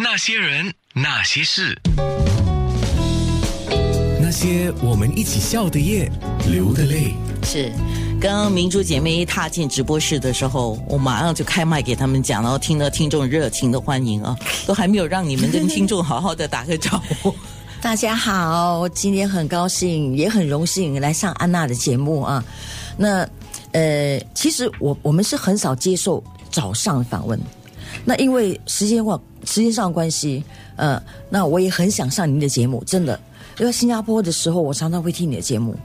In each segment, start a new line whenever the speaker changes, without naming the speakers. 那些人，那些事，
那些我们一起笑的夜，流的泪。
是，刚明珠姐妹一踏进直播室的时候，我马上就开麦给他们讲，然后听到听众热情的欢迎 啊，都还没有让你们跟听众好好的打个招呼。
大家好，我今天很高兴，也很荣幸来上安娜的节目啊。那呃，其实我我们是很少接受早上的访问，那因为时间关时间上的关系，呃，那我也很想上您的节目，真的。因为新加坡的时候，我常常会听你的节目，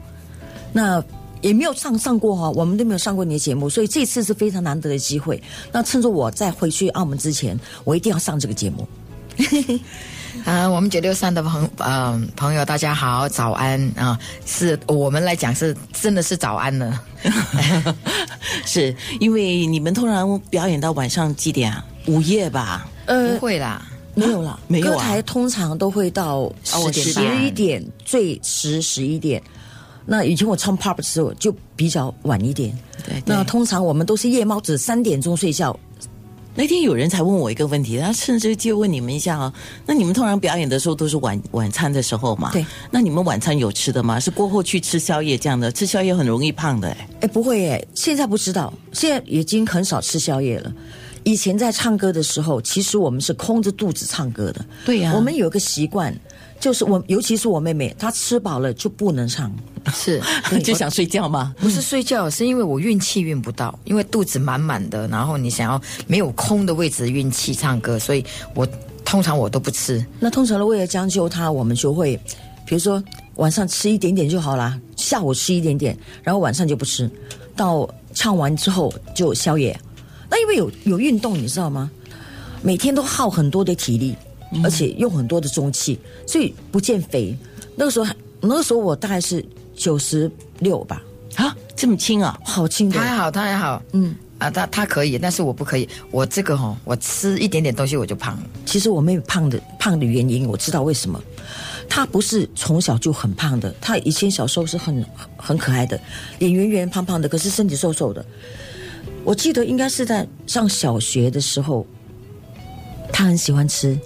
那也没有上上过哈、我们都没有上过你的节目，所以这次是非常难得的机会。那趁着我在回去澳门之前，我一定要上这个节目。
啊、我们九六三的朋呃朋友，大家好，早安啊、是我们来讲是真的是早安了。
是因为你们通常表演到晚上几点啊？午夜吧？
呃
不会啦，
没有啦，
没有啊哦
歌台通常都会到
我
十
知
十
道
一点，最十十一点。那以前我唱 pop 的时候就比较晚一点。
对对
那通常我们都是夜猫子，三点钟睡觉。
那天有人才问我一个问题，他甚至就问你们一下啊，那你们通常表演的时候都是晚晚餐的时候嘛？
对。
那你们晚餐有吃的吗？是过后去吃宵夜这样的？吃宵夜很容易胖的、哎。
哎，不会哎，现在不知道，现在已经很少吃宵夜了。以前在唱歌的时候，其实我们是空着肚子唱歌的。
对呀
我们有一个习惯，就是我，尤其是我妹妹，她吃饱了就不能唱。
是
就想睡觉吗？
不是睡觉？是因为我运气运不到，因为肚子满满的，然后你想要没有空的位置运气唱歌，所以我通常我都不吃。
那通常呢，为了将就它，我们就会，比如说晚上吃一点点就好啦，下午吃一点点，然后晚上就不吃，到唱完之后就宵夜。那因为有有运动，你知道吗？每天都耗很多的体力，而且用很多的中气，所以不见肥。那个时候还，那个时候我大概是九十六吧，
啊，这么轻啊？
好轻的
他。还好，他还好，嗯啊，他他可以，但是我不可以。我这个哦，我吃一点点东西我就胖了。
其实我妹妹胖的胖的原因，我知道为什么。她不是从小就很胖的，她以前小时候是很很可爱的，脸圆圆胖胖的，可是身体瘦瘦的。我记得应该是在上小学的时候，她很喜欢吃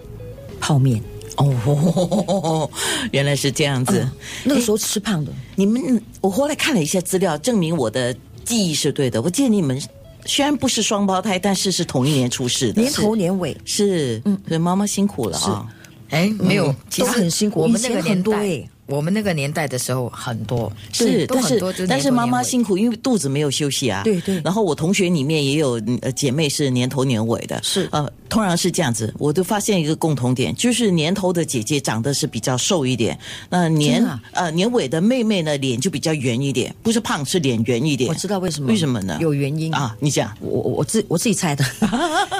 泡面，
哦，原来是这样子。
嗯那个时候吃胖的。
你们，我后来看了一下资料，证明我的记忆是对的。我记得你们虽然不是双胞胎，但是是同一年出世的，
年头年尾
是，嗯，所以妈妈辛苦了啊、
哎，没有，
都很辛苦
我们那
以前
个
很
年
多
代
哎，
我们那个年代的时候很多，
是，
对都
但
很多，就是年
但是
头
妈妈
年尾
辛苦，因为肚子没有休息啊。
对对
然后我同学里面也有呃姐妹是年头年尾的，
是
呃，通常是这样子。我就发现一个共同点，就是年头的姐姐长得是比较瘦一点，那年、
真的啊
呃年尾的妹妹呢脸就比较圆一点，不是胖是脸圆一点。
我知道为什么？
为什么呢？
有原因
啊，你讲
我我我自我自己猜 的，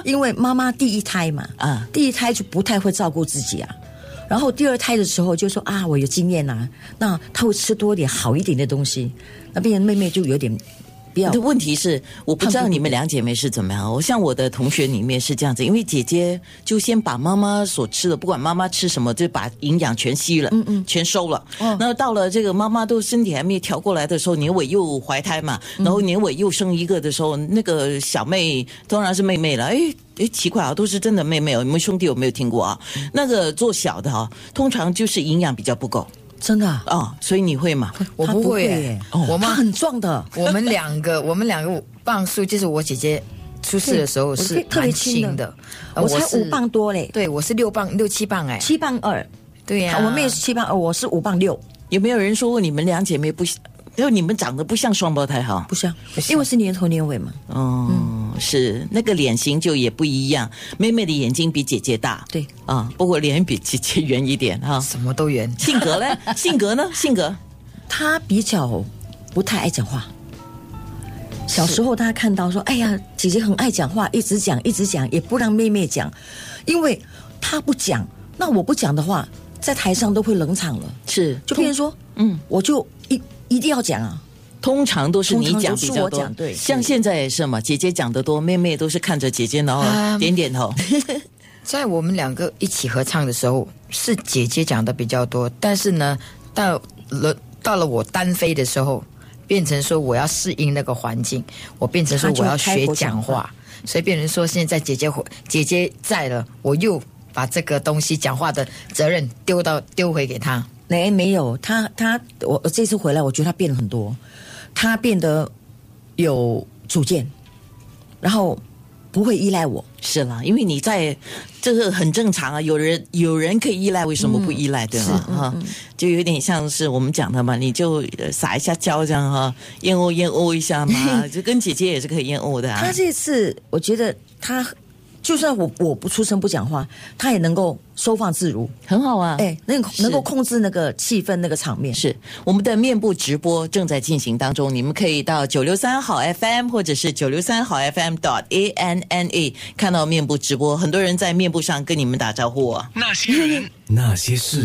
因为妈妈第一胎嘛，
啊
啊，第一胎就不太会照顾自己啊。然后第二胎的时候就说啊，我有经验呐、那她会吃多一点好一点的东西，那变成妹妹就有点比较
的问题是，我不知道你们两姐妹是怎么样。我像我的同学里面是这样子，因为姐姐就先把妈妈所吃的，不管妈妈吃什么，就把营养全吸了，嗯嗯，全收了。那到了这个妈妈都身体还没有调过来的时候，年尾又怀胎嘛，然后年尾又生一个的时候，那个小妹当然是妹妹了，哎。哎，奇怪啊，都是真的妹妹哦！你们兄弟有没有听过啊？那个做小的啊，通常就是营养比较不够
真的啊，
啊、所以你会吗？
我
她
不
不
会
耶哦
耶，我
她
妈
很壮的，
我们两个， 我们两个磅数就是我姐姐出事的时候
对我是
是
特别
蛮
轻的
轻的，呃
我才
是
五磅多嘞，
对我是六磅六七磅哎，
七磅二，
对呀、
我妹是七磅二，我是五磅六，
有没有人说过你们两姐妹不像？就你们长得不像双胞胎哈，
不像，因为是啊年头年尾嘛，
哦，是那个脸型就也不一样，妹妹的眼睛比姐姐大，
对
啊，不过脸比姐姐圆一点 哈。
什么都圆，
性格呢？性格呢？性格
她比较不太爱讲话。小时候大家看到说，哎呀，姐姐很爱讲话，一直讲一直讲，也不让妹妹讲，因为她不讲，那我不讲的话，在台上都会冷场了，
是
就变成说，嗯，我就一一定要讲啊，
通常都是你
通
讲
常都
比
是
较
我
多
讲，对
像现在也是嘛，姐姐讲的多，妹妹都是看着姐姐然后
嗯
点点头，
在我们两个一起合唱的时候，是姐姐讲的比较多，但是呢，到了到了我单飞的时候，变成说我要适应那个环境，我变成说我要学
她就开口
讲
讲话
话，所以变成说现在姐姐回姐姐在了，我又把这个东西讲话的责任丢到丢回给他。
没哎没有，他他我我这次回来，我觉得他变了很多，他变得有主见，然后不会依赖我。
是啦，因为你在这个很正常啊，有人有人可以依赖，为什么不依赖？对吧？哈、就有点像是我们讲的嘛，你就呃撒一下娇这样哈、燕鸥燕鸥一下嘛，就跟姐姐也是可以燕鸥的啊。
他这次我觉得他就算我我不出声不讲话，他也能够收放自如，
很好啊，
哎，能够
是
能够控制那个气氛那个场面。
是我们的面部直播正在进行当中，你们可以到九六三好 FM 或者是九六三好 FM dot a n n a 看到面部直播，很多人在面部上跟你们打招呼啊。
那些人。
那些事。